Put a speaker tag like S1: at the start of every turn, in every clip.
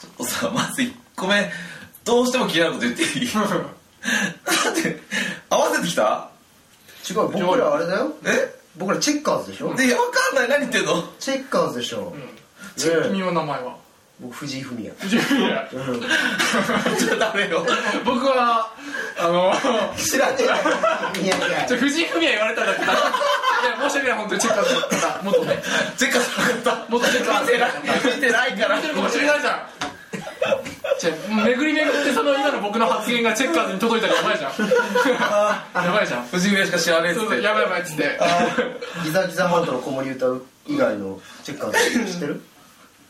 S1: ちょっとさまず1個目どうしても気になること言っていいだって合わせてきた
S2: 違う僕らあれだよ
S1: え
S2: 僕らチェッカーズでしょ
S1: でわかんない何言ってんの
S2: チェッカーズでしょ、
S3: 君
S2: で
S3: の名前は
S2: 僕藤井フミヤ
S3: いや
S1: じゃダメよ
S3: 僕はあの
S2: 知らねえいやいや
S3: ちょ藤井フミヤ言われたらだっていや申し訳ない本当にチェッカーズの方元ね
S1: チェッカーなかった
S3: 元チェッカーズの方
S1: 見てないから
S3: 見てるかもしれないじゃんちょ巡り巡ってその今の僕の発言がチェッカーズに届いたらやばいじゃんやばいじゃん
S1: 藤井上しか知らねえっつ
S3: そう
S1: っ
S3: そう
S1: て
S3: やばいやばいっつって
S2: ギザギザハントの子守歌う以外のチェッカーズ知ってる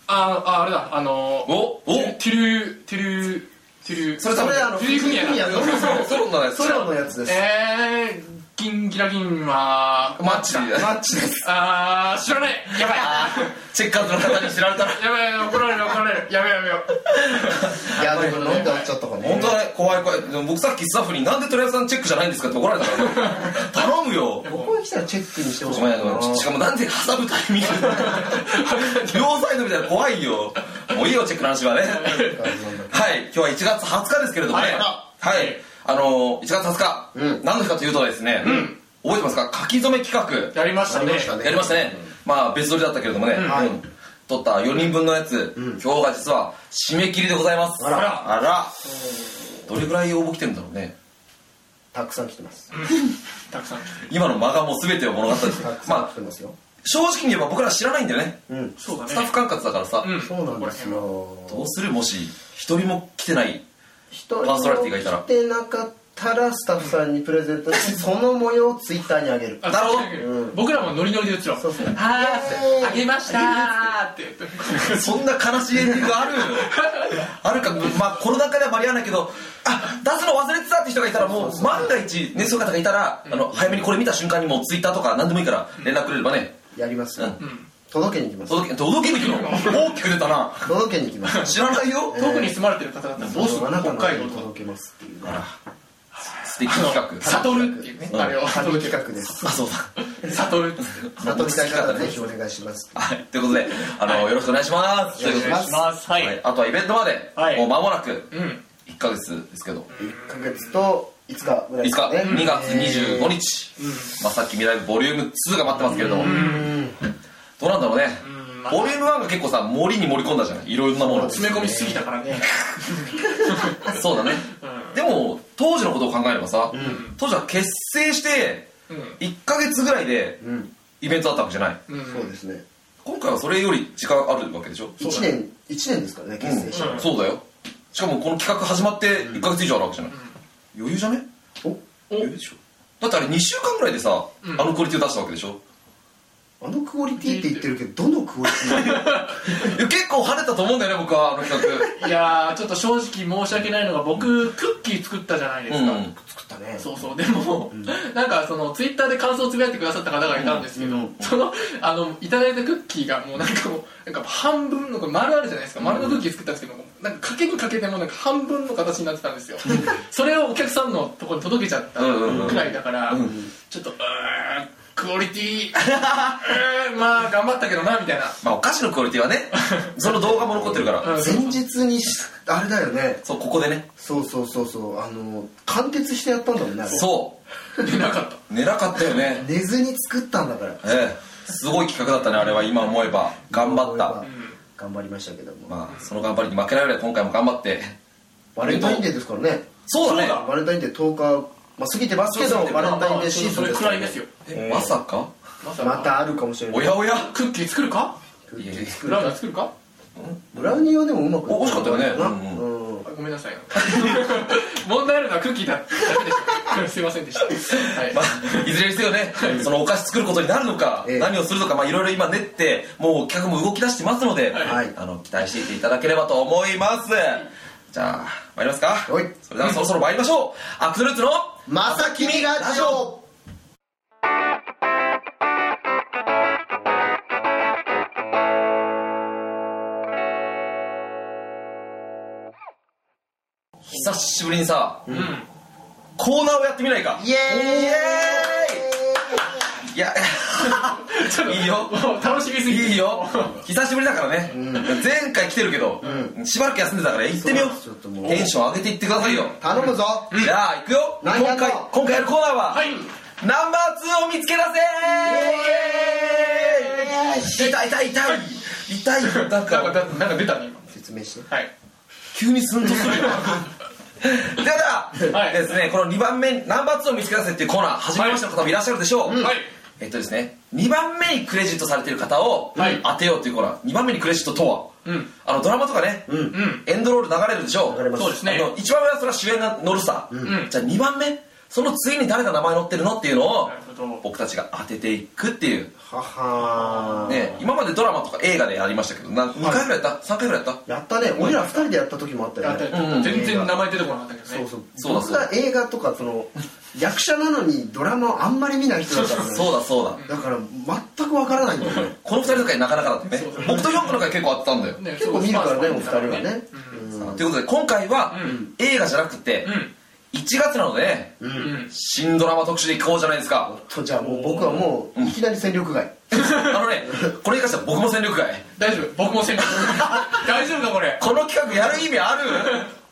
S3: あああれだあの
S1: お
S3: テ
S1: お
S3: ィティルーティルーティルー
S1: それそれ
S2: あの
S3: 藤井フミヤだ
S2: 藤
S1: ソロ
S2: の
S1: ソロのやつ
S2: ソロのやつです
S3: えー、銀ギラ銀は
S1: マッチだ
S2: マッチです
S3: あー知らないやばい
S1: チェッカーズの方に知られたら
S3: やばいやばい怒られる怒られるやめようやめよ
S2: いやでも飲んで終わっちゃったからね
S1: 本当だね怖い怖いでも僕さっきスタッフに「なんで鳥屋さんチェックじゃないんですか?」って怒られたからね頼むよ
S2: ここに来たらチェックにしてほし
S1: ご
S2: い
S1: めん
S2: な
S1: なさいしかもなんで挟むタイミング両サイドみたいな怖いよもういいよチェックの話はねはい今日は1月20日ですけれどもね
S3: は
S1: はいいあのー、1月20日、
S2: うん
S1: 何の日かというとですね、覚えてますか書き初め企画
S3: うやりました
S2: やり
S3: ね
S2: ましたね
S1: やりましたね、まあ別撮りだったけれどもね、
S2: はい
S1: うん撮った4人分のやつ、今日が実は締め切りでございます
S2: あら
S1: あらどれぐらい応募来てるんだろうね
S2: たくさん来てます
S3: たくさん来て
S1: 今の間がもう全てを物語ってる
S2: たくさん
S1: ま
S2: 来てますよ
S1: あ正直に言えば僕ら知らないんだよね
S2: うん
S3: そうだね
S1: スタッフ管轄だからさ、
S3: うん
S2: そうなんですよ
S1: どうするもし一人も来てない
S2: 一人
S1: パーソナリティがいたら
S2: 来てなかったらスタッフさんにプレゼントしてその模様をツイッターにあげる
S3: あ
S1: なるほど
S3: 確かに僕らもノリノリで言ってろ
S2: そうそう
S3: あーってあげましたーって言って
S1: そんな悲しいエンディングある あるかまあコロナ禍では間に合わないけどあ出すの忘れてたって人がいたらもう万が一ねそういう方がいたら、あの早めにこれ見た瞬間にもうツイッターとか何でもいいから連絡くれればね、
S2: やります
S1: う
S2: よ
S1: ん
S2: 届けに行きます
S1: 届け届けに来るの大きく出たな
S2: 届けに行きます
S1: 知らないよ
S3: 遠くに住まれてる方だったらどうする
S2: あ
S3: の
S2: なた
S3: 北
S2: の
S3: 海道
S2: に
S3: とか
S2: 届けますっていう
S1: あら素敵な企画
S3: 悟るっていうね
S1: うん
S3: あれを
S2: 旅企画で す
S1: あそうだ
S3: 悟るっていう
S2: 悟りたい方はぜひお願いします
S1: はいということであの、よろしくお願いしますということで
S2: お願いし
S3: ますは
S1: はいあとはイベントまで、
S3: はい
S1: もう間もなく
S3: うん
S1: 1ヶ月ですけど
S2: 1ヶ月と5日ぐらい
S1: い
S2: です
S1: つ
S2: か
S1: か
S2: ね
S1: 2月25日、まあ、さっき未来ボリューム2が待ってますけれども、どうなんだろうね、
S3: うんまあ
S1: ボリューム1が結構さ森に盛り込んだじゃないいろんなものを
S3: 詰め込みすぎたからね
S1: そうだね、でも当時のことを考えればさ、当時は結成して
S3: うん
S1: 1ヶ月ぐらいで
S2: うん
S1: イベントだったわけじゃない
S3: うん
S2: そうですね
S1: 今回はそれより時間あるわけでしょ
S2: 1
S1: だよ
S2: 年一年ですからね結成し
S1: うんそうだよしかもこの企画始まって1ヶ月以上あるわけじゃない、余裕じゃね
S2: てお
S1: 余裕でしょだってあれ2週間ぐらいでさ、
S3: ん
S1: あのクオリティを出したわけでしょ
S2: あのクオリティって言ってるけどどのクオリティ
S1: いや結構跳ねたと思うんだよね僕はあの企画
S3: いやーちょっと正直申し訳ないのが僕クッキー作ったじゃないですか、
S1: うん
S2: 作ったね
S3: そうそうでも、なんかそのツイッターで感想をつぶやいてくださった方がいたんですけど、そのあのいただいたクッキーがもうなんかもうなんか半分のこれ丸あるじゃないですか丸のクッキー作ったんですけどもなんかかけにかけてもなんか半分の形になってたんですよそれをお客さんのところに届けちゃったくらいだから、ちょっとうーんクオリティうーんまあ頑張ったけどなみたいな
S1: まあお菓子のクオリティはねその動画も残ってるから
S3: うん
S2: 前日にしあれだよね
S1: そうここでね
S2: そうそうそうそうあの貫徹してやったんだもんねあれ
S1: そ
S3: 出なかった
S1: う寝なかったよね
S2: 寝ずに作ったんだから
S1: ええすごい企画だったねあれは今思えば頑張った
S2: 頑張りましたけども、
S1: まあその頑張りに負けないぐらい今回も頑張って
S2: バレンタインデーですからね
S1: そうだ
S2: バレンタインデー10日、まあ、過ぎてますけど
S1: そうそう
S2: バレンタインデーシーズ
S3: そ
S2: ン
S3: れ
S2: です
S3: く
S2: からら
S3: い
S2: ね
S3: ですよ
S1: ねまさか
S3: まさか
S2: またあるかもしれない
S1: おやおや
S3: クッキー作るか
S2: クッキー作
S3: ブ
S2: る
S3: ラウン作るか
S2: ブラウニーはでもうまく
S1: お美味しかったよね
S2: な
S1: うん
S2: うん
S3: あごめんなさい 問題あるのはクッキーだだけでしたすいませんでした、はい
S1: まあいずれにせよねそのお菓子作ることになるのか
S2: ええ
S1: 何をするのかまあいろいろ今練ってもう企画も動き出してますので
S2: はい
S1: あの期待していていただければと思いますじゃあ参りますか
S2: はい
S1: それではそろそろ参りましょうアクセルーツの
S2: まさきみラジオ
S1: 久しぶりにさ、
S3: ん
S1: コーナーをやってみないか
S2: イエーイ
S1: いや
S3: ちょっと
S1: いいよ
S3: もう楽しみすぎて
S1: いいよ久しぶりだからね、前回来てるけど、しばらく休んでたから行ってみよ
S2: ちょっと
S1: う
S2: もう
S1: テンション上げていってくださいよ、
S2: 頼むぞ
S1: じゃあ行くよ今
S2: 何や
S1: 回
S2: んの
S1: 今回やるコーナーは、
S3: はい
S1: ナンバー2を見つけ出せ痛い痛い痛い痛いなん
S3: なんか
S1: か
S3: だなんか出たね今
S2: 説明して
S3: はい
S1: 急にスンとす るよではでは、
S3: はい
S1: ですねこの2番目ナンバー2を見つけ出せっていうコーナー初めましての方もいらっしゃるでしょう、
S3: はい
S1: えっとですね2番目にクレジットされてる方を
S3: はい
S1: 当てようというコーナー2番目にクレジットとは、
S3: うん
S1: あのドラマとかね、
S3: うん
S1: エンドロール流れるでしょう
S2: 流れます
S3: そうですね
S1: あの一番上はそれは主演が乗るさ、
S3: ん
S1: じゃあ2番目その次に誰が名前乗ってるのっていうのを
S3: なるほど
S1: 僕たちが当てていくっていう、
S2: ははー
S1: ね、今までドラマとか映画でやりましたけど何2回ぐらいやった ?3 回ぐらいやっ
S2: やったね俺ら二人でやった時もあった
S3: あ
S2: よ
S3: った
S2: ね
S3: よ全然名前出てこなかったけどね
S2: そうそ
S1: そ
S2: う
S1: うだそう
S2: 僕が映画とかその役者なのにドラマをあんまり見ない人だから
S1: た
S2: ね
S1: そうだそうだ
S2: だから全くわからないんだよね
S1: この2人の回なかなかだったね
S3: そうそう
S1: 僕とヒョンクの回結構あったんだよ、
S3: ね
S2: 結構見るからねお二人は
S3: そう
S2: ね
S1: さあということで今回は、
S3: うん
S1: 映画じゃなくて、1月なのでね
S2: うんう
S3: うんんうん
S1: 新ドラマ特集でいこうじゃないですか
S2: とじゃあもう僕はもういきなり戦力外
S1: あのねこれに関しては僕も戦力外
S3: 大丈夫僕も戦力 大丈夫かこれ
S1: この企画やる意味ある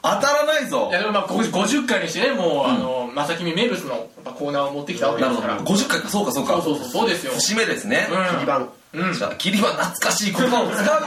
S1: 当たらないぞ
S3: いやでもまあここ50回にしてねもう、あのまさきみ名物のやっぱコーナーを持ってきたわけ
S1: な
S3: で
S1: る
S3: す
S1: ほ
S3: か
S1: ど
S3: ら
S1: 50回かそうかそうか
S3: そうそうそうそうですよ
S1: 節目ですね、
S3: うん
S2: 2番
S3: うん
S1: じゃあ霧は懐かしい言葉を使う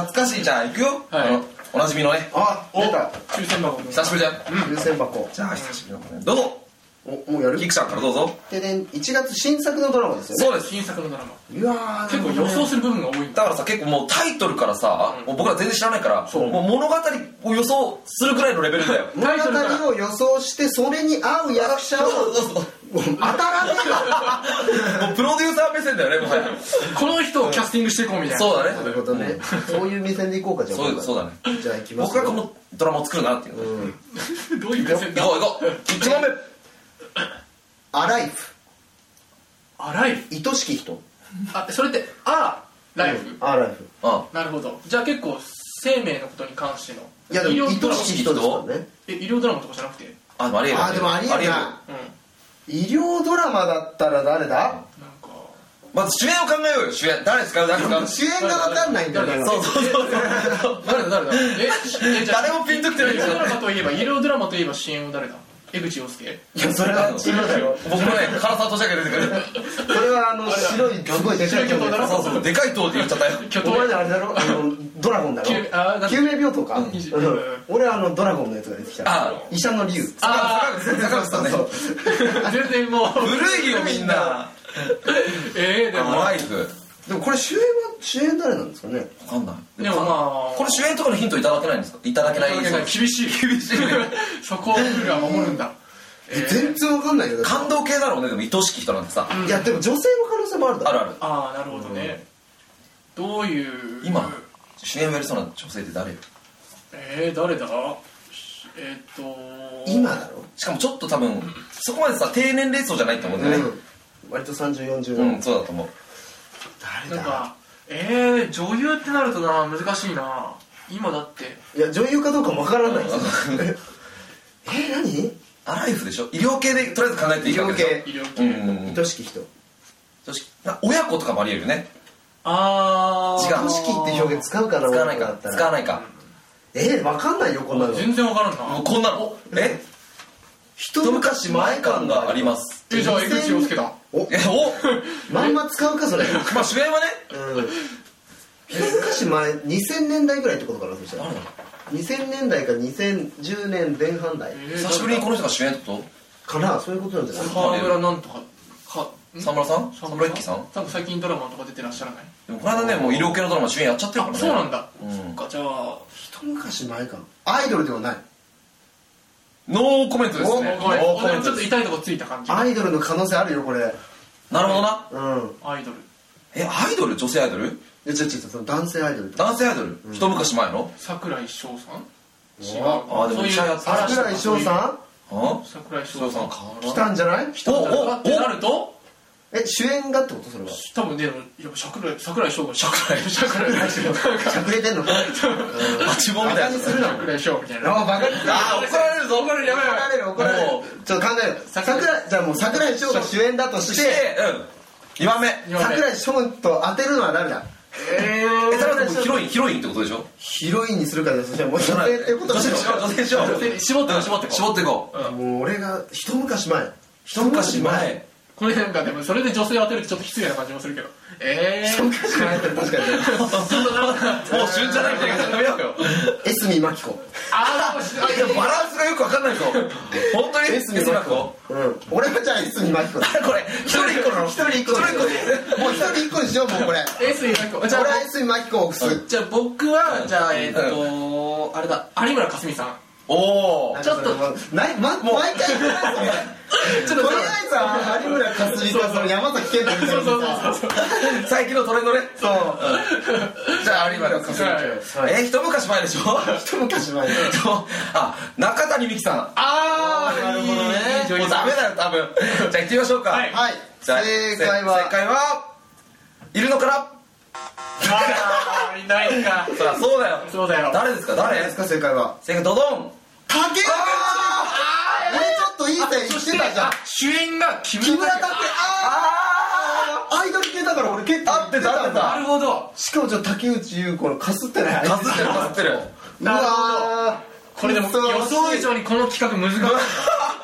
S1: 懐かしいじゃあ行くよ、
S3: はい
S1: あのおなじみのね
S2: あ
S3: お
S2: 出た
S3: 抽選箱
S1: 久しぶりだよ
S2: 優先箱
S1: じゃあ久しぶりのねどうぞ
S2: おもうやる
S1: キクさんからどうぞ
S2: でね1月新作のドラマですよね
S1: そうです
S3: 新作のドラマ
S2: うわー
S3: 結構予想する部分が多いんだ
S1: だからさ結構もうタイトルからさ、もう僕ら全然知らないからもう物語を予想するぐらいのレベルだよ
S3: タイトルから
S2: 物語を予想してそれに合う役者を 当たらねえわ
S1: もうプロデューサー目線だよねもはや
S3: この人をキャスティングしていこうみたいな
S1: そうだ
S2: な
S1: ね
S2: るほどねそういう目線でいこうかじゃあ
S1: そうそうだね
S2: じゃあいきます
S1: 僕がこのドラマを作るなっていう、
S2: うん
S3: どういう目線だ
S1: 行こう行こう1問目
S2: アライフ
S3: 荒い
S2: 愛しき人
S3: あそれってあーライフ、
S2: アライフ
S1: あ
S3: なるほどじゃあ結構生命のことに関しての
S2: いやでも
S3: 医療ドラ
S2: 愛
S3: マ
S2: しき人ですからね
S3: え医療ドラマとかじゃなくて
S1: あでもありえるよね
S2: あでもありえるな
S3: うん
S2: 医療ドラマだったら誰だ
S3: なんか
S1: まず主演を考えようよ主演誰使う誰使う
S2: 主演が分かんないんだよね
S1: そうそうそうそう
S3: 誰だ誰だええじゃあ
S1: 誰もピンときてない
S3: 医療ドラマといえば医療ドラマといえば CM 誰だ江口洋介
S2: いやそれは違うだろ
S1: 僕もね唐沢俊明出てくる
S2: それはあの白いすごいでかい
S3: 白い巨塔だろ
S1: そうそうでかい塔って言っちゃったよ
S3: 巨
S2: お前ら
S3: 頭
S2: あれだろあのドラゴンだろ
S3: 救あーなん
S2: 救命病棟か、うん
S3: うん
S2: 俺はあのドラゴンのやつが出てきた
S1: あ
S2: 医者の竜
S3: あ
S1: 坂口さんね
S2: そう
S3: あ全然もう
S1: 古いよみんな
S3: ええでも
S1: アライフ
S2: でもこれ主演は主演誰なんですかね
S1: わかんない
S3: でもまあ
S1: これ主演とかのヒントいただけないんですかいただけないそうです
S3: 厳しい厳しい そこをルールは守るんだ
S2: え全然わかんないよだって
S1: 感動系だろうねでも愛しき人なんてさ
S2: いやでも女性の可能性もあるだ
S1: あ
S2: ろ
S1: るある
S3: ああなるほどねどういう
S1: 今主演をやりそうな女性って誰よ
S3: えー、誰だえーっと
S2: 今だろ
S1: しかもちょっと多分そこまでさ低年齢層じゃないと思うんだよね
S2: うん割と3040
S1: う
S2: の、
S1: んそうだと思う
S2: 誰
S3: なん
S2: だ
S3: かえー、女優ってなるとな難しいな今だって
S2: いや女優かどうかもわから ないですよえー何
S1: アライフでしょ医療系でとりあえず考えていいわけでしょ
S2: 医療
S3: 医療
S1: う
S3: 系、
S1: んうんうん
S2: 愛しき人
S1: 女子な親子とかもありえるよね
S3: ああ
S1: 違う
S2: 愛しきって表現使うかな
S1: 使わないか
S2: 俺
S1: 使
S2: らだったら
S1: わないか
S2: えー、わかんないよこんなの
S3: 全然わからんな
S1: もうこんなのえ
S2: 一
S1: 一昔前感があります
S3: えじゃあ江口洋介だ
S2: お
S1: えお
S2: まんま使うかそれ
S1: まあ主演はね
S2: うん一昔前2000年代ぐらいってことかなそしたら2000年代か2010年前半代
S1: 久しぶりにこの人が主演ってこ
S2: かなそういうことなんじゃない
S3: 沢村なんとかか
S1: と沢村さん沢村一樹さん
S3: なんか最近ドラマとか出てらっしゃらない
S1: でもこの間ねもう医療系のドラマ主演やっちゃってるか
S3: あ
S1: らね
S3: そうなんだ、
S1: うん
S3: そっかじゃあ
S2: 一昔前かアイドルではない
S1: ノーコメントですね
S3: ごめん
S1: ノーコメ
S3: 俺
S1: ン
S3: ち
S1: ト
S3: ょっと
S1: です
S3: 痛いとこついた感じ
S2: アイドルの可能性あるよこれうん
S1: なるほどな
S3: アイドル
S1: えアイドル女性アイドル
S2: えちょちょその男性アイドルと
S1: 男性アイドル一昔前の
S3: 桜井翔さん違う
S1: あでも医者やってた
S2: 桜井翔
S3: ん
S2: さ
S1: あ
S3: 桜井
S1: そう
S3: 翔
S1: さ
S3: さ
S1: ん
S2: ん
S3: ん
S2: 来
S1: 変わ
S2: たんじゃない
S3: 来たんだろうなってなると
S2: え主演がってことそれは
S3: 多分ねやっぱ桜井桜井翔が桜井桜井翔なんか
S2: しゃくれてんのか
S1: ら八本み
S2: バ
S1: た
S2: カ
S1: い
S2: に
S1: な
S2: するなもん
S3: 桜井翔みたいな
S2: あバカにするな
S1: あー怒られるぞ
S3: 怒られるやばいや
S2: 怒られる怒られる
S1: も
S2: ちょっと考えよう
S3: 桜井
S2: 桜井じゃあもう桜井翔が主演だと
S1: そ
S2: し
S1: してて2番目
S3: 二番目
S2: 桜井翔と当てるのはダメだ
S3: え
S1: えそれはでもヒロインヒロインってことでしょ
S2: ヒロインにするからねそしたらもう女性ってこと
S1: 女性
S2: で
S1: でしょ女性でしょ
S3: 女性に絞ってこう絞ってこう
S1: 絞ってこう
S2: もう俺が一昔前
S1: 一昔前
S3: これなんかでもそれで女性を当てるってちょっと失礼な感じもするけどえ
S2: 一
S3: ー
S2: 昔前だった確かに
S3: そんな
S1: もう旬じゃないみたいな感じやめようよ
S2: 江角真紀子
S3: あー
S1: いやバランスがよくわかんないぞ本当に S になこ
S2: うん俺はじゃあ江角真紀子だ
S1: これ一人一個なの
S2: 一人
S1: 一
S2: 一個で
S1: 人一個で
S2: もう一人一個にしようもうこれ
S3: えすいませんじゃあ
S2: 俺は江角真紀子を押す
S3: じゃあ僕はじゃあえっとあれだ有村架純さん
S1: おお
S3: ちょっと
S2: ない、ま、もう毎回言うなそれ
S3: ちょっ
S2: と
S3: と
S2: りあえずは有村架純とその山崎賢人みたい
S3: そ
S2: な
S3: うそう
S2: さ
S3: そうそう
S1: 最近のトレンドねじゃあ有馬が
S3: そうはい
S1: えー一昔前でしょ
S2: 一昔前
S1: えっとあ中谷美紀さん
S3: あー
S2: なるほどね
S3: いい女優
S1: もう
S3: さ
S1: ダ
S3: ん
S1: メだよ多分じゃあ行ってみましょうか
S3: はい
S2: はい
S1: じゃあ
S2: 正解は
S1: 正解はいるのかな
S3: あーいないか
S1: そりゃそうだよ
S3: そうだよ
S1: 誰ですか誰
S2: 誰ですか正解は
S1: 正解ドドン
S2: 竹内君俺ちょっといい線い
S3: そ
S2: っ
S3: してて
S2: たじゃん
S3: あ主演が木
S2: 木村
S3: 村
S2: 拓哉
S3: 拓
S2: あーアイドル系だから俺結構
S1: 合ってた合って
S3: 哉
S1: た
S3: なるほど
S2: しかもちょっと竹内優子のかすってない
S1: かすってるかすってる
S2: うわー
S3: これでも予想以上にこの企画難しい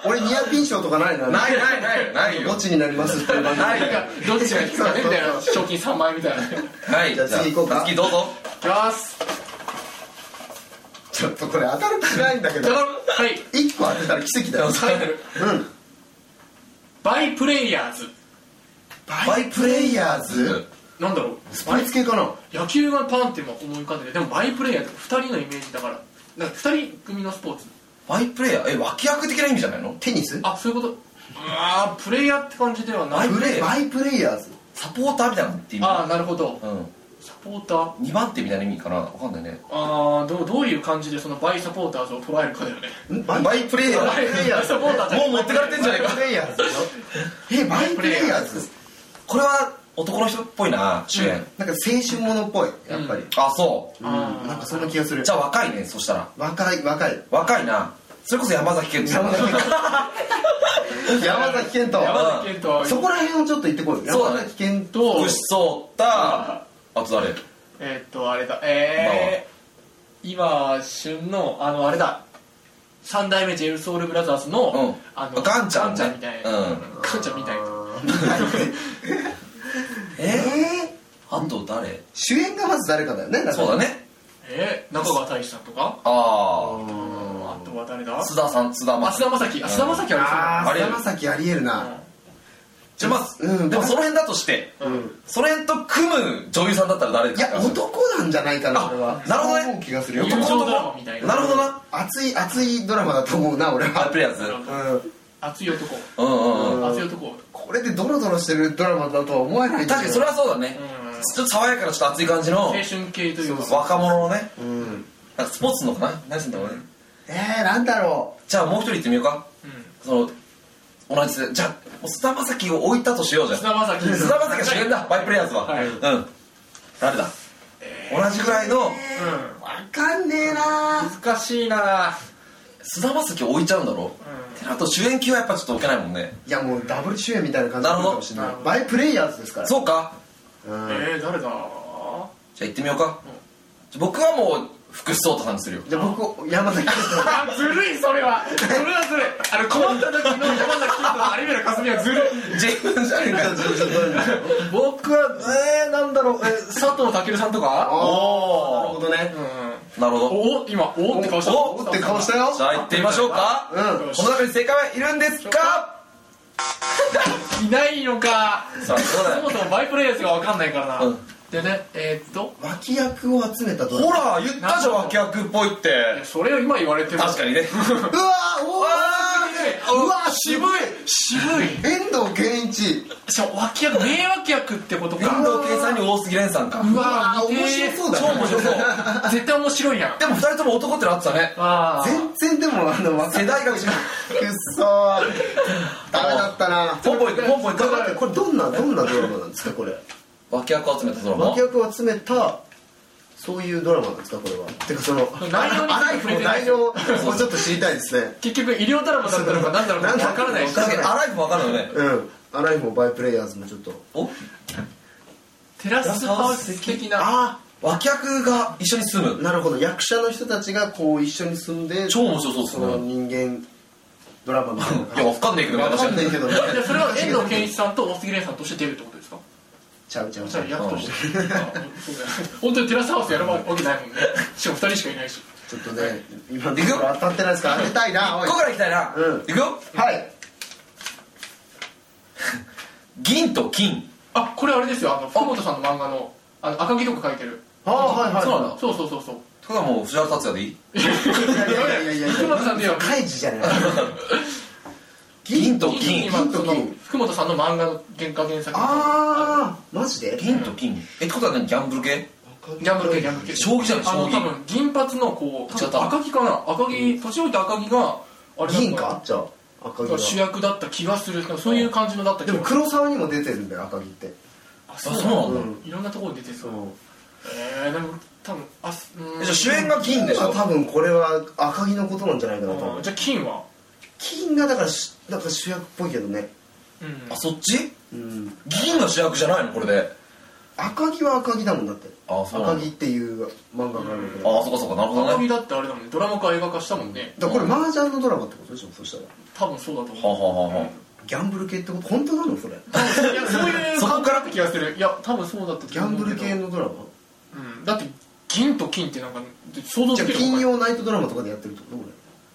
S2: 俺ニアピン賞とかないな
S1: ないないないないよ
S2: どっちになりますっていう番組
S1: ない
S3: なんかどっちが引くかねみたいな 賞金3万円みたいな行
S1: はい
S2: じゃあ次行こうか
S1: 次どうぞ
S3: きます
S2: ちょっとこれ当たる気ないんだけど
S3: はい
S2: 一個当てたら奇跡だよ
S3: タイトル
S2: うん
S3: バイプレイヤーズ
S2: バイプレイヤーズ
S3: なんだろう
S2: スパイ付けかな
S3: 野球がパンって今思い浮かんでるでもバイプレイヤーって2人のイメージだからなんか2人組のスポーツ
S1: バイプレイヤーえ脇役的な意味じゃないの
S2: テニス
S3: あそういうことああプレイヤーって感じではない
S1: バイプレイヤー
S2: バイプレイヤーズ
S1: サポーターみたいなって意味
S3: ああなるほど
S1: う
S3: サポーター
S1: ん2番手みたいな意味かなわかんないね
S3: ああどうどういう感じでそのバイサポーターズを捉えるかだよね
S2: んバイ
S1: バイプレイヤ
S3: バ
S1: ー
S3: イプレイヤーサポーターズ
S1: もう持ってかれてんじゃないか
S2: プレイヤーズえバイプレイヤーズ
S1: これは男の人っぽいな主演
S2: なんか青春ものっぽいやっぱり
S1: あそ
S2: うん
S3: ん
S2: なんかそんな気がす
S1: う
S2: る
S1: じゃあ若いねそしたら
S2: 若い若い
S1: 若いなそれこそ山崎賢人さん
S2: 山崎山崎賢人
S3: 山崎賢人は
S2: そこら辺をちょっと言ってこいよ
S1: そうだね
S2: 山崎賢人
S3: と
S1: 福士蒼汰あと誰
S3: えー、っとあれだえー、今旬のあのあれだ三代目 j ソ o u l b r o t h e r の、
S1: うん
S3: あの
S1: ガンちゃんね
S3: ガンちゃんみたいな、
S1: うん
S3: ガンちゃんみたいな
S2: え
S1: え
S2: ー
S1: あと誰
S2: 主演がまず誰かだよね
S1: そうだね
S3: えー、中川大志さんとか
S1: あ
S3: うんあとは誰だ
S1: あ
S3: あ
S1: 須田さん須田ま
S3: 須田まさきあ須田まさきは
S2: あ
S1: あ
S2: あ
S1: りえる
S2: 山崎ありえるな
S1: じゃあまず、
S2: うん
S1: でもその辺だとして、
S2: うん
S1: その辺と組む女優さんだったら誰で
S2: い
S1: すか
S2: や男なんじゃないかな
S1: あ
S2: 俺は
S1: なるほどね
S2: そう思う気がする
S3: 優
S2: よ
S1: 男
S3: 勝ドラマみたいな
S1: なるほどな
S2: 熱い熱いドラマだと思うな俺
S1: バイ
S2: は
S1: プレイヤーズ
S3: なるほど
S2: うん
S3: 熱い男
S1: うんうんうん
S2: うん
S3: 熱い男
S2: これでドロドロしてるドラマだとは思えないん
S1: 確
S2: だ
S1: かに
S2: けど
S1: それはそうだね、
S3: うん
S1: ちょっと爽やかなちょっと熱い感じの
S3: 青春系というか
S1: 若者のね
S2: うん
S1: なんかスポーツのかな何すんだろうね
S2: えーなんだろ
S1: じゃあもう一人行ってみようか
S3: うん
S1: その同じ世代じゃあもう須田まさきを置いたとしようじゃん
S3: 須田まさき
S1: 須田まさきが主演だバイプレイヤーズは、
S3: はい
S1: うん誰だ、同じぐらいの
S3: う
S2: うわかんねえなん
S3: 難しいな
S1: 須田まさきを置いちゃうんだろ
S3: う
S1: あと主演級はやっぱちょっと置けないもんね
S2: いやもうダブル主演みたいな感じ
S1: なる
S2: に
S1: ほど
S2: なるかもしれ
S3: な
S2: な
S3: るほ
S2: い
S3: ど
S2: バイプレイヤーズですから
S1: そうか
S2: うん
S3: えー、誰だ
S1: じゃあ行ってみようか、じゃあ僕はもう福士蒼汰さんにするよ
S2: じゃあ僕山 崎賢人
S3: あずるいそれはそれはずるいあの困った時の山崎君と有村架純はずるい
S1: 自分じゃねえか
S3: 僕はえー、なんだろう、えー、佐藤健さんとか
S2: おおなるほどね
S3: うん
S1: なるほど
S3: お今おおって顔した
S1: お
S2: おって顔したよ
S1: じゃあ行ってみましょうか、
S2: うん
S1: この中に正解はいるんですか
S3: いないのか
S1: さあそうだ
S3: そも
S1: よ
S3: そもバイプレイヤーズが分かんないからな、
S1: うん
S3: でねえー、っと
S2: 脇役を集めたドラ
S1: ほ
S2: マ
S1: ら言ったじゃん脇役っぽいって
S3: それを今言われても
S1: 確かにね
S2: うわーおーうわー渋い
S3: 渋い
S2: 遠藤健一
S3: しかも脇役名脇役ってこと
S1: 遠
S3: か
S1: 藤圭さんに大杉蓮さんか
S3: う
S2: うわ
S3: わ
S2: ー
S3: ー
S2: 面白そうだ
S1: 超
S2: ね
S1: 面白そう
S3: 絶対面白いや ん
S1: でも二人とも男ってのあってたね
S3: あー
S2: 全然でもあの若
S1: 世代が違う
S2: くっそーダメだったな
S1: ポンポンいくポンポンいく
S2: これどんなどんなドラマなんですかこれ
S1: 脇役集めたドラマ
S2: 脇役を集めたそういうドラマなんですかこれはてかその
S3: 内容に
S2: 荒い
S3: 触れてない
S2: 内容をちょっと知りたいですね
S3: 結局医療ドラマだったのか何だろうか分からないし
S1: 確かにアライフも分かるよね
S2: うんアライフもバイプレイヤーズもちょっと
S1: お
S3: テラスハウス的な
S1: ああ脇役が一緒に住む
S2: なるほど役者の人たちがこう一緒に住んで
S1: 超面白そうっすね
S2: の人間ドラマみたいない
S1: やわかんないけど
S2: わ
S1: 私
S2: か
S1: は
S2: んないけど
S3: じゃあそれは遠藤健一さんと大杉蓮さんとして出るってことですか
S2: ちゃうちゃう
S3: じ
S2: ち
S3: ゃ
S2: ゃ
S3: あ
S2: う
S3: 役としてあそうだよ 本当にテラスハウスやるわけないもんねしかも2人しかいないし
S2: ちょっとね今で当たってないですか当てたいなおい
S1: ここからいきたいな、
S2: うん
S1: いくよ
S2: はい
S1: 銀と金
S3: あこれあれですよあの福本さんの漫画のあの赤木とか書いてる
S2: ああはいはい
S1: そうなの
S3: そうそうそうそう
S1: ただもう藤原竜也でいい
S2: いやいやいやいやい
S3: 福本さんでよ
S2: 開示じゃない
S1: 銀と
S3: 金
S1: 金
S3: 今
S2: 金と
S3: その
S2: 金
S3: 福本さんの漫画の原価原作
S2: ああマジで
S1: 銀と金えってことは何ギャンブル系
S3: ギャンブル系ギャンブル系
S1: 将棋じゃない
S3: あの
S1: 将棋
S3: 多分銀髪のこう
S1: 違
S3: 多
S1: った
S3: 分赤木かな赤木年老いた赤木があれなん
S2: 銀かじゃあ赤木は
S3: 主役だった気がするそういう感じのだった気
S2: で
S3: が
S2: も黒沢にも出てるんだよ赤木って
S3: あ
S1: あ
S3: そ
S1: そうう
S3: な
S1: な
S3: の
S1: んだ、
S2: うん
S3: いろんなところに出てそう
S2: う
S3: えー、でも多分あすうーん
S1: えじゃあ主演が銀でしょ
S2: まあ多分これは赤木のことなんじゃないかな多
S3: あー
S2: 分
S3: じゃあ金は
S2: 金がだからしなんか主役っぽいけどね
S3: うん
S1: あそっち
S2: うん
S1: 銀が主役じゃないのこれで
S2: 赤木は赤木だもんだって
S1: あそうな
S2: 赤
S1: んだ
S2: 木っていう漫画があるけ
S1: あ
S2: ど
S1: あそっかそっかなるほど
S3: 赤
S1: ね
S3: 木だってあれだもんねドラマ化映画化したもんね
S2: だからこれ麻雀のドラマってことでしょそしたら
S3: 多分そうだと
S1: はあ
S3: 思
S1: はあ
S3: う
S1: はあはあ
S2: ギャンブル系ってこと本当なのそれ
S3: 多分いやそういう
S1: そこ
S3: 感覚だった気がするいや多分そうだった
S2: ギ
S3: と
S2: ャン
S3: 思う
S2: ブ
S3: け
S2: ル
S3: ど
S2: 系のドラマ
S3: うんだって銀と金ってなんか想像
S2: じ
S3: で
S2: ゃあ
S3: きる
S2: 金曜ナイトドラマとかでやってるってことこ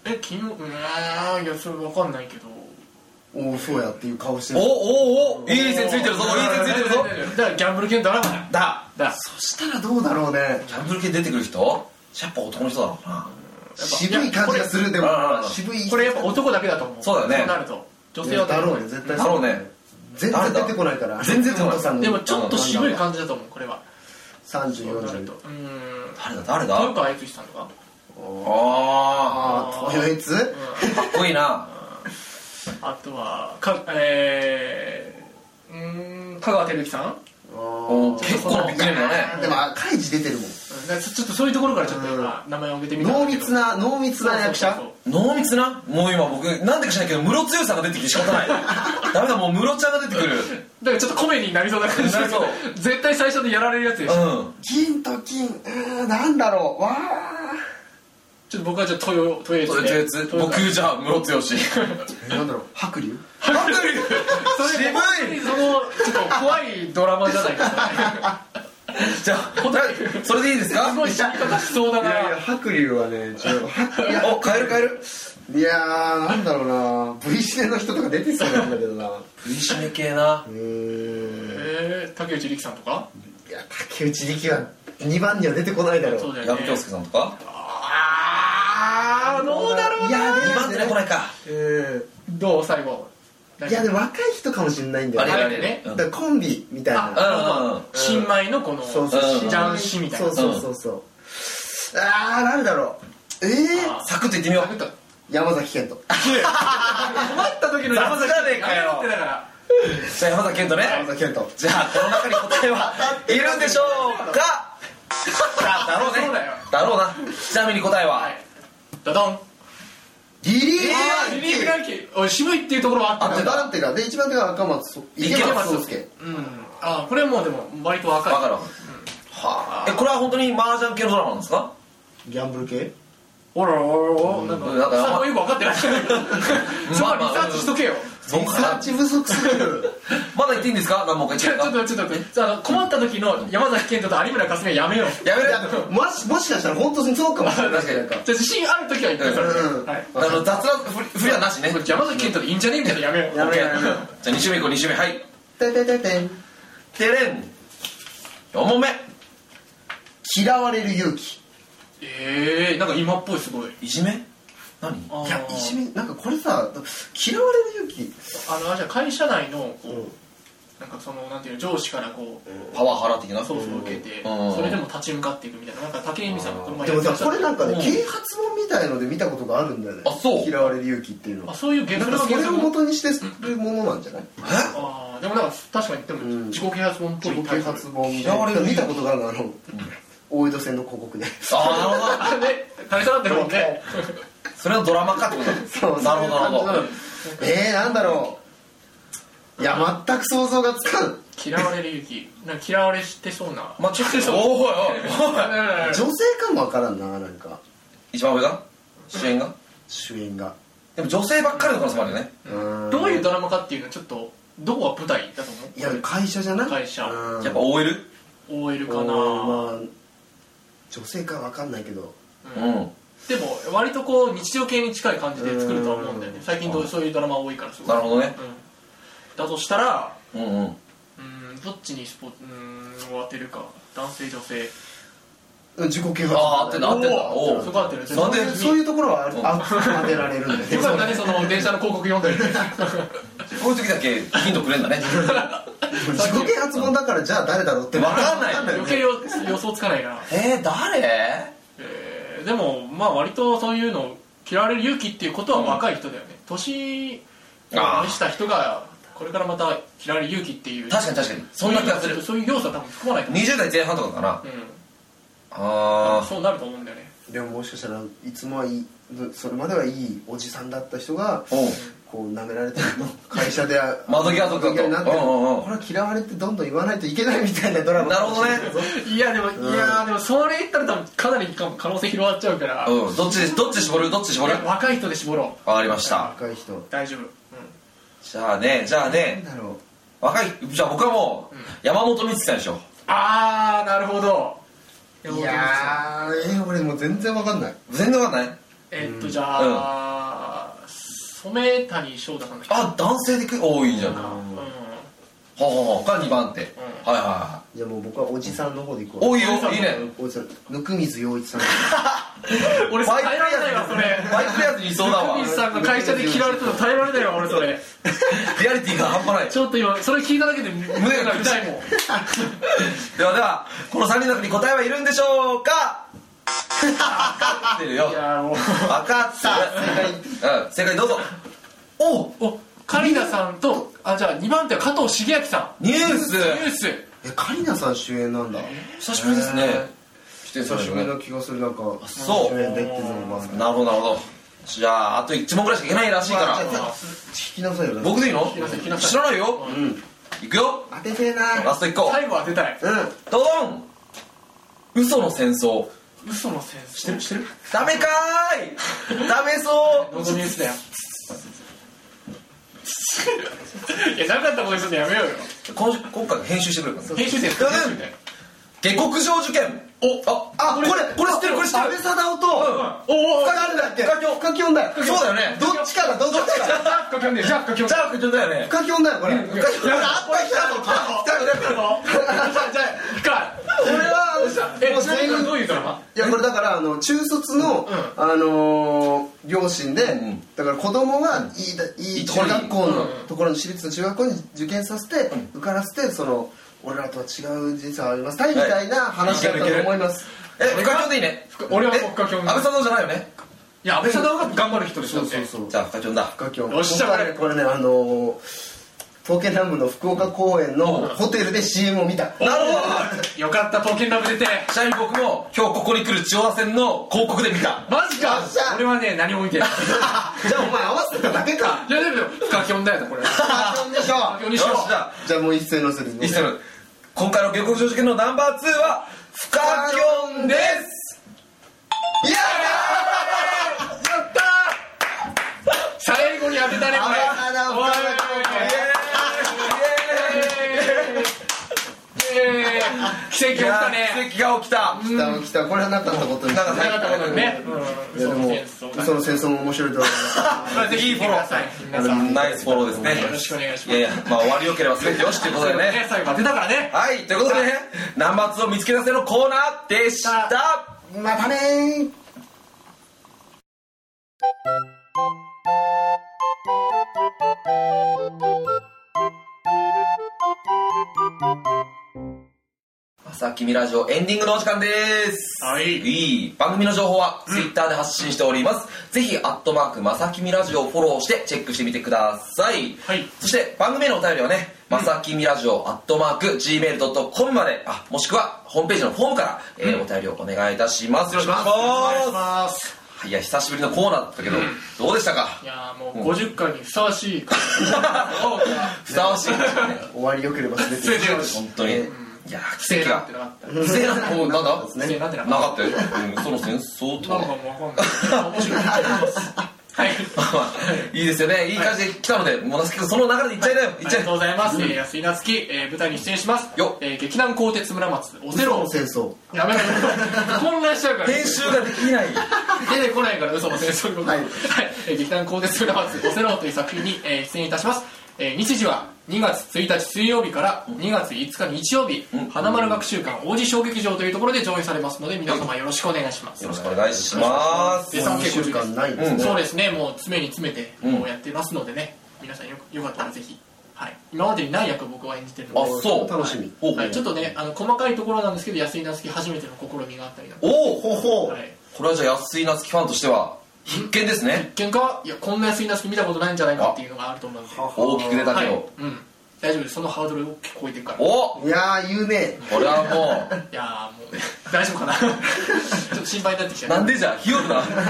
S3: え金曜うーんいやそれわかんないけど
S2: れおおそうやっていう顔して
S1: お
S2: る
S1: おおおいい線ついてるぞいい線ついてるぞ
S3: だからギャンブル系のドラマだ
S1: だ
S3: だ
S2: そしたらどうだろうね
S1: ギャンブル系出てくる人やっぱ男の人だろうな
S2: 渋い感じがするでも
S1: ああ
S2: 渋い
S3: これやっぱ男だけだと思う
S1: そうだよね
S3: そうなると女性は
S2: だ
S3: と思
S2: ろうね絶対
S1: だろうね
S2: 全然出てこないから
S1: 全然出てこない
S2: 本さんの
S3: でもちょっと渋い感じだと思うこれはそうなると
S2: 3040
S3: うーん
S1: 誰だ誰だ
S3: 豊川悦司さんとか
S1: あ
S2: ああ豊悦
S1: あかっこいいな
S3: あとはかえーうーん香川照之さんうん
S1: お
S2: あ
S1: 結構なビッグネームだ
S2: あ
S1: ね
S2: でも赤い字出てるもん
S3: だからちょちょっとそういうところからちょっと今名前を挙げてみた
S2: 濃密な濃密な役者
S1: 濃密なもう今僕なんでか知らないけどムロツヨさんが出てきて仕方ないダメだもうムロちゃんが出てくる
S3: だからちょっとコメディになりそうな感じ
S1: なりそう
S3: 絶対最初でやられるやつでしょ、
S1: うん
S2: 金と金うーんなんだろうわ
S3: ちょっと僕はじゃあ豊豊悦
S1: それ
S3: で
S1: とりあえず
S3: 豊
S1: 僕じゃあムロツヨシ
S2: ーなんだろう白龍
S1: ハングリー
S3: それ
S1: 渋い
S3: そのちょっと怖いドラマじゃないか
S1: じゃあそれでいいですか
S3: すごい死に方しそうだな
S2: 白龍はね違う
S1: お変える変える
S2: いやーなんだろうな V シネの人とか出てそうなんだけどな
S1: 食いしめ系な
S2: うーん
S3: えー、竹内力さんとか
S2: いや竹内力は2番には出てこないだろ
S3: そうだよ
S1: 矢部
S3: ね
S1: 恭介さんとか
S3: あーどうだろう
S2: いや
S1: 2番出てこないか
S2: う
S3: どう最後
S2: んいやでも若い人かもしれないんだよ
S3: あ
S2: ね
S3: れでね
S2: だからコンビみたいな
S1: あうん
S3: 新米のこの
S2: そうそう
S1: うん
S2: 新
S3: ジャンシみたいな
S2: そうそうそうそうああ誰だろうえ
S3: あ
S2: え
S1: サクッといってみよう
S3: 食べた
S2: 山崎賢人
S3: 困った時の
S1: さすがねえかよ
S3: やめろってだから
S1: じゃあ山崎賢人ね
S2: 山崎賢人
S1: じゃあこの中に答え はいるんでしょうかだだろうね
S3: そうだよ
S1: だろうなちなみに答えは、
S3: はいダダン
S2: リリー・
S3: あーリリー・フランキーおい渋いっていうところはあった
S2: あ
S3: ん
S2: 一
S3: だ
S2: 番手がで一番手が赤松そ池
S1: 池
S2: 松
S1: 松
S2: 壮亮
S3: うんあーこれはもうでも割と若い
S1: わかるわかる
S2: はあ
S1: えこれは本当に麻雀系のドラマなんですか
S2: ギャンブル系
S3: おらおらおらなんか
S1: うんなんか
S3: スタッフよく分かってないそこはリサーチしとけよ
S1: そう
S2: リサーチ不足すぎる
S1: まだ言っていいんですか何問か
S3: ち
S1: 言っ
S3: ょっ
S1: ちゃ
S3: と
S1: うか
S3: 待ってちょっと待ってあの困った時の山崎賢人と有村架純はやめよう
S1: やめ
S2: い
S1: る
S2: やもしもしかしたら本当にそうかもしれない
S1: 確かに
S3: じゃあ自信ある時はいいんだよそれ
S2: うん
S3: はい
S1: あの雑なふりふりはなしね
S3: もう山崎賢人でいいんじゃねみたいなやめよう
S2: やめよう
S1: OK
S2: やめよう
S1: じゃあ2周目いこう2周目はい
S2: てんてんてんてん
S1: てれん4問目
S2: 嫌われる勇気
S3: ええなんか今っぽいすごい
S1: いじめ何
S3: あー
S2: いやいじめなんかこれさ嫌われる勇気
S3: あのあれじゃあ会社内のこう、なんかそのなんていうの上司からこう
S1: パワハラ的な
S3: 操作を受けて、
S1: うん
S3: それでも立ち向かっていくみたいななんか武井美さんがこの前
S2: でも
S3: やっ
S2: さ
S3: てました
S2: これなんかね、
S1: うん
S2: 啓発本みたいので見たことがあるんだよね
S1: あそう
S2: 嫌われる勇気っていうの
S3: あ
S2: は
S3: そういう原
S2: なん
S3: 作
S2: かそ
S3: が原
S2: れを
S3: 作
S2: 元にしてるものなんじゃない
S1: え
S3: あーでもなんか確かにでも
S2: うん
S3: 自己啓発本っぽい
S2: 自己
S3: タ
S2: 啓
S3: イトル
S2: 発本み
S1: 嫌わ
S2: た
S1: れる
S2: いな
S1: 勇
S2: 見
S1: 気
S2: たことがあるのあの大江戸線の広告で
S1: ああなるほ
S3: あで垂れ下がって るもんね
S1: どそれはドラマかってことだ
S2: そう
S1: なるほどなる
S2: そういう感じなのえー、なんだろういや全く想像がつかん
S3: 嫌われる勇気なんか嫌われしてそうな
S1: まあ、ちょっとそう。おいおいおい。
S2: 女性かもわからんななんか
S1: 一番上が主演が
S2: 主演が
S1: でも女性ばっかりの可能性もあるよね。
S2: うん
S3: どういうドラマかっていうのはちょっとどこは舞台だと思う
S2: いや会社じゃない
S3: 会社
S2: うん
S1: やっぱ OL?
S3: OL かな、
S2: まあ女性かわかんないけど
S1: う
S3: うん
S1: ん。
S3: でも割とこう日常系に近い感じで作るとは思うんだよね
S2: うん
S3: 最近どうそういうドラマ多いからすご
S1: な
S3: い
S1: るほどね。
S3: うんだとしたら
S1: うんうん。
S3: うんどっちにスポうんを当てるか男性女性
S2: うん自己啓発
S1: あー合ってんだ合ってんだ
S3: お
S1: お
S3: お
S1: う
S3: そこ合ってる
S1: なんで
S3: よ
S2: そういうところはあるあ当てられるんだ よね
S3: かったねその電車の広告読んだり
S1: こういう時だけヒントくれんだね。
S2: 自己啓発本だからじゃあ誰だろうって
S1: わかんない
S2: よ
S3: 余計よ予想つかないな
S1: えー、誰
S3: えーでもまあ割とそういうの嫌われる勇気っていうことは若い人だよね、年を
S1: あー
S3: した人がこれからまた嫌われる勇気っていう
S1: 確かに確かに。そんな気がする。
S3: そういう要素は多分含まないと思う、
S1: 20代前半とかかな。
S3: うん
S1: あ
S3: そうなると思うんだよね
S2: でももしかしたらいつもはいいそれまではいいおじさんだった人が
S1: ー。おう。
S2: こう舐められてるの会社で
S1: 窓際とかと
S2: 窓になってる
S1: うんうんうん
S2: これは嫌われってどんどん言わないといけないみたいなドラマ
S1: なるほどね。
S3: いやでも、
S2: ん
S3: いやーでもそれ言ったら多分かなりか可能性広がっちゃうから、い
S1: うん。どっちで、どっち絞るどっち絞る
S3: や若い人で絞ろう
S1: わかりました。
S2: 若い人な
S3: 大丈夫、うん
S1: じゃあね、じゃあね
S2: ん。だろ
S1: 若いじゃあ僕はもう山本光さんでしょ
S3: ああなるほど
S2: ういやーえー俺もう全然わかんない
S1: 全然わかんない
S3: えーっとじゃあ、染谷翔太さんだっけ
S1: あ男性でく多いんじゃない
S3: うん
S1: ほうほうほうが2番手、
S3: ん
S1: はいはいは
S2: じゃあもう僕はおじさんの方でいこ
S1: いう多い
S3: おじさ
S1: よ
S3: ん
S1: いいね
S2: おじさん温水洋一さん
S3: 俺
S1: バ
S3: 耐
S1: イク
S3: えられないわそれ
S1: バイクレアーズにいそうだ わ
S3: 福西さんが会社で嫌われてたの耐えられないわ俺それ
S1: リアリティが半端ない
S3: ちょっと今それ聞いただけで胸が痛いもん
S1: ではではこの3人の中に答えはいるんでしょうか分かってるよ
S3: いやーもう
S1: 分かった正解うん正解どうぞお
S3: おカリナさんとあじゃあ2番手は加藤茂明さん
S1: ニュース
S3: ニュース
S2: えカリナさん主演なんだ
S1: 久しぶりですね
S2: え
S1: 出演され
S2: 久してぶり
S1: るね
S2: な気がするなんか
S1: そう
S2: 主演でってのもまあ
S1: なるほどなるほどじゃああと1問ぐらいしかいけないらしいから
S2: まあ聞きなさいよ
S1: 僕でいいの
S3: 聞きなさい聞きなさい
S1: 知らないよ
S2: うん
S1: いくよ
S2: 当ててえな
S1: ラスト1個
S3: 最後当てたい
S2: うん
S1: ドドン嘘の戦争
S3: 嘘のセンスしてるしてる
S1: ダメかーいダメそう
S3: 望みですだよ いやなかったことにするのやめようよ
S1: 今週今回編集してくれるからね
S3: 編集生
S1: うん下克上受験おああこれこれ知ってるこれ知って
S2: 安
S1: る
S2: 倍貞夫と
S3: おおお
S2: 誰だっけ
S1: 深きょ
S2: 深き女だよ
S1: そうだよね
S2: どっちかだどっちかだ
S3: 書き込んでジャック書き込ん
S1: じ
S3: で
S1: ゃあちょっとだよね
S2: 深き女だよこれ深き女だあこれ来たの
S3: 来 たぞじゃあじゃあ
S2: これはあの
S3: え、
S2: もう
S3: ちなみ
S2: 全
S3: にこれど
S2: 員
S3: ういうドラマ
S2: いやこれだからあの中卒の
S3: ん
S2: あのー両親で
S1: うん
S2: だから子供がいいだい
S1: い
S2: い
S1: いとこ
S2: 中
S1: ろに
S2: 学校の
S3: うん
S2: ところの私立の中学校に受験させて受からせてその俺らとは違う人生を歩ませたいみたいな話だったと思います
S1: え深きょでいいね
S3: 俺は
S1: え
S3: もう深きょん
S1: 安倍さんのじゃないよね
S3: いや、安倍さんの方が頑張る人でしょ
S2: そうそうそう
S1: じゃあ深きょんだ
S2: 深きょん
S3: よっしゃ
S2: 僕はねこれねあのー東京南部の福岡公園のホテルで CM を見た
S1: なるほ
S3: どよかった、刀剣ラブ出て
S1: どちなみに僕も今日ここに来る千代田線の広告で見た
S3: マジ
S2: よ
S3: か
S2: っしゃ
S3: 俺はね、何も見てない
S2: じゃあお前合わせただけか
S3: いや、でも、深きょんだよ、これ深
S2: あそうでしょ
S3: きょん
S1: よ
S3: に
S1: し
S3: し
S1: じ
S3: よう
S1: ゃあ
S2: じゃあもう一斉のせる
S1: 一斉の今回の下克上受験のナンバー2は深きょんです
S2: いや
S3: やったー最後に当てたね、これ
S2: あらあら
S3: おいイエーイイエーイ奇跡が起きたね
S1: 奇跡が起きた
S2: ー来た来たこれはなかったことに
S1: なんか
S3: なかったことにね
S2: いやでも
S3: そ
S2: 嘘の戦争も面白いと思い
S3: ぜひフォローください皆さんよ
S1: ナイスフォローですね
S3: ろしくお願いし
S1: い
S3: ます
S1: やいやまあ終わりよければ全てよしということでね
S3: ね最後当てたからね
S1: はいということでねナンバー2を見つけ出せのコーナーでした
S2: ますまたねー
S1: 朝君ラジオエンディングのお時間です。
S3: はい
S1: いい番組の情報はツイッターで発信しております。ぜひ、アットマーク、まさきみラジオをフォローしてチェックしてみてください。
S3: はい
S1: そして、番組へのお便りはね、まさきみラジオ、アットマーク、gmail.com まで、あ、もしくは、ホームページのフォームから、えーお便りをお願いいたします。よろしくお願いします。
S2: ます
S1: いや久しぶりのコーナーだったけど、どうでしたか
S3: いやーもう50回にふさわしいか どうか
S1: ふさわしいですね
S2: 終わりよければ全て
S3: 全てよし
S1: 本当に、
S2: え
S1: いや
S3: 不
S1: 奇
S3: 正
S1: 跡
S3: なん
S1: が
S3: てなかった
S1: 不正なおなんだ
S2: ね
S3: 不正なんてな
S1: な
S3: かっ
S1: かったよ、うん、その戦争
S3: た
S1: と
S3: なんか
S1: か
S3: もう分かんない面白いは い
S1: いいですよねいい感じで来たので、もなすき君その流れでいっちゃいなよ、いっち
S3: あり
S1: ゃ
S3: が
S1: い
S3: とうございます、えー安井夏樹、えー舞台に出演します
S1: よ
S3: えー劇団鋼鉄村松オセ
S2: ゼロ
S3: ロ
S2: の戦争
S3: やめろやめろ混乱しちゃうから
S1: 編集ができない
S3: 出てこないから嘘も戦争いうこと
S2: は
S3: はいい、えー劇団鋼鉄浦松オセロという作品に、えー出演いたします、えー日時は2月1日水曜日から2月5日日曜日、
S1: うん
S3: 花丸学習館王子小劇場というところで上演されますので皆様よろしくお願いします、
S1: よろしくお願いします
S3: でさ
S2: 3週間ないんですね、
S3: そうですねもう詰めに詰めて
S1: うん
S3: もうやってますのでね、皆さんよよかったらぜひ、はい、今までにない役を僕は演じてるの
S1: あ
S3: で
S1: そう
S2: 楽しみ
S1: お
S3: はい、ちょっとねあの細かいところなんですけど安井夏樹初めての試みがあったりだとか、
S1: おおほほ、
S3: はい、
S1: これはじゃあ安井夏樹ファンとしては必見ですね
S3: 喧嘩いやこんな安井夏樹見たことないんじゃないかっていうのがあると思うので
S2: は
S1: 大きく出たけど、
S3: はいうん、大丈夫ですそのハードルを超えていくからい
S1: お
S2: いやー言うね
S1: これはも
S3: やーもう ね大丈夫かなちょっと心配になってき
S1: う
S3: た
S1: なんでじゃあひよるな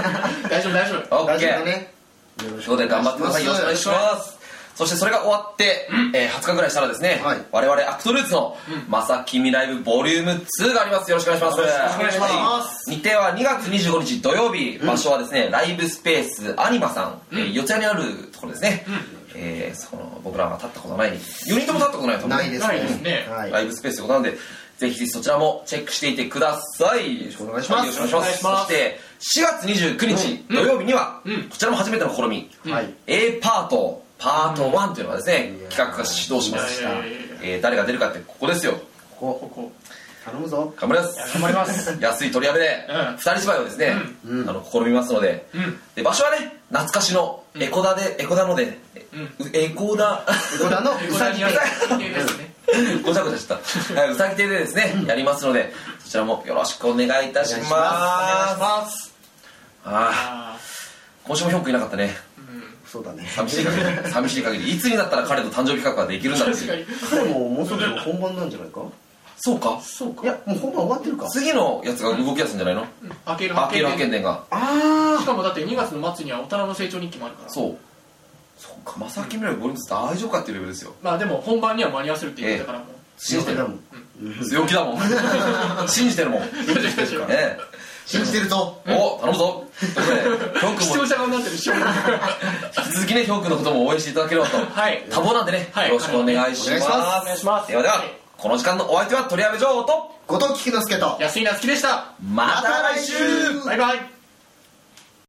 S3: 大丈夫大丈夫
S1: オッ
S2: 大
S1: ケ
S2: 丈夫
S1: ー
S2: だねよろし
S1: ということで頑張ってくださいよろしくお願いしますそしてそれが終わって、えー20日ぐらいしたらですね、
S2: はい
S1: 我々アクトルーツの「まさきみライブボリューム2がありますよろしくお願いします
S3: よろしくお願いします
S1: はい日程は2月25日土曜日、場所はですねライブスペースアニマさん、えー四谷にあるところですね、えーその僕らは立ったことない4人とも立ったことないと思う
S2: ないですね
S3: ないですね
S2: はい、
S1: ライブスペースということなんで、ぜひぜひそちらもチェックしていてください。よろしく
S2: お願いします
S1: よろしくお願いします。そして、4月29日土曜日には、
S3: うん
S1: こちらも初めての試み、
S2: はい
S1: A パート、パート1というのがですね、
S2: うん
S1: 企画が始動しまし
S3: い
S1: た
S3: やいやいやいや。
S1: えー誰が出るかってここですよ。
S2: こ
S3: こ
S2: こ
S3: こ
S2: 頼むぞ
S1: 頑張りま
S3: いや
S1: す。
S3: 頑張ります
S1: 安い取りやめで、
S3: うん
S1: 二人芝居をですね、
S2: うん
S1: あの試みますので,、
S3: うん
S1: で場所はね懐かしのエコダで、エコダので、エコダ
S2: エコダのう
S3: こ
S2: さ
S3: れ
S2: ぎ
S3: にやる系ですね
S1: ごちゃごちゃした。はい、うさぎ亭でですね、やりますので、そちらもよろしくお願いいたします。
S2: お願
S1: あ
S3: ます
S1: あ
S3: あ
S1: ー、今週もヒョン君いなかったね。
S3: ーうん
S2: そうだね
S1: 寂しい限 り、寂しい限り、いつになったら彼と誕生日企画ができるんだって
S3: 確
S1: い
S3: か
S1: う。
S3: に
S2: 彼ももうそろそろ本番なんじゃないか
S1: そうか。
S3: そう
S2: い
S3: か
S2: やもう本番終わってるか
S1: 次のやつが動き出すんじゃないの
S3: 開ける
S1: アーケード派遣
S3: で
S1: 伝が。
S2: あ
S3: しかもだって2月の末には大人の成長日記もあるから
S1: そう。そうか、まさきみらいボリュームズ大丈夫かっていうレベルですよ。
S3: まあでも本番には間に合わせるって言ってたからもう
S1: 信じて
S2: だ
S1: る
S2: も。ん
S1: 強気だもん。信じてるもん。ね
S3: 大丈夫大丈夫
S1: え。
S2: 信じてるぞ
S1: お、頼むぞ。ということで、ヒョン
S3: 視
S1: 君も
S3: 聴者側になって る視聴者
S1: 引き続きね、ヒョン君のことも応援していただければと。
S3: はい
S1: 多忙なんでね、
S3: はい
S1: よろしくお願いします。
S2: お願いし
S3: お願いします
S1: ではでは、
S3: い
S1: この時間のお相手は鳥籔女王と、
S2: 後藤菊之助と
S3: 安井夏樹でした
S1: また来週
S3: バイバイ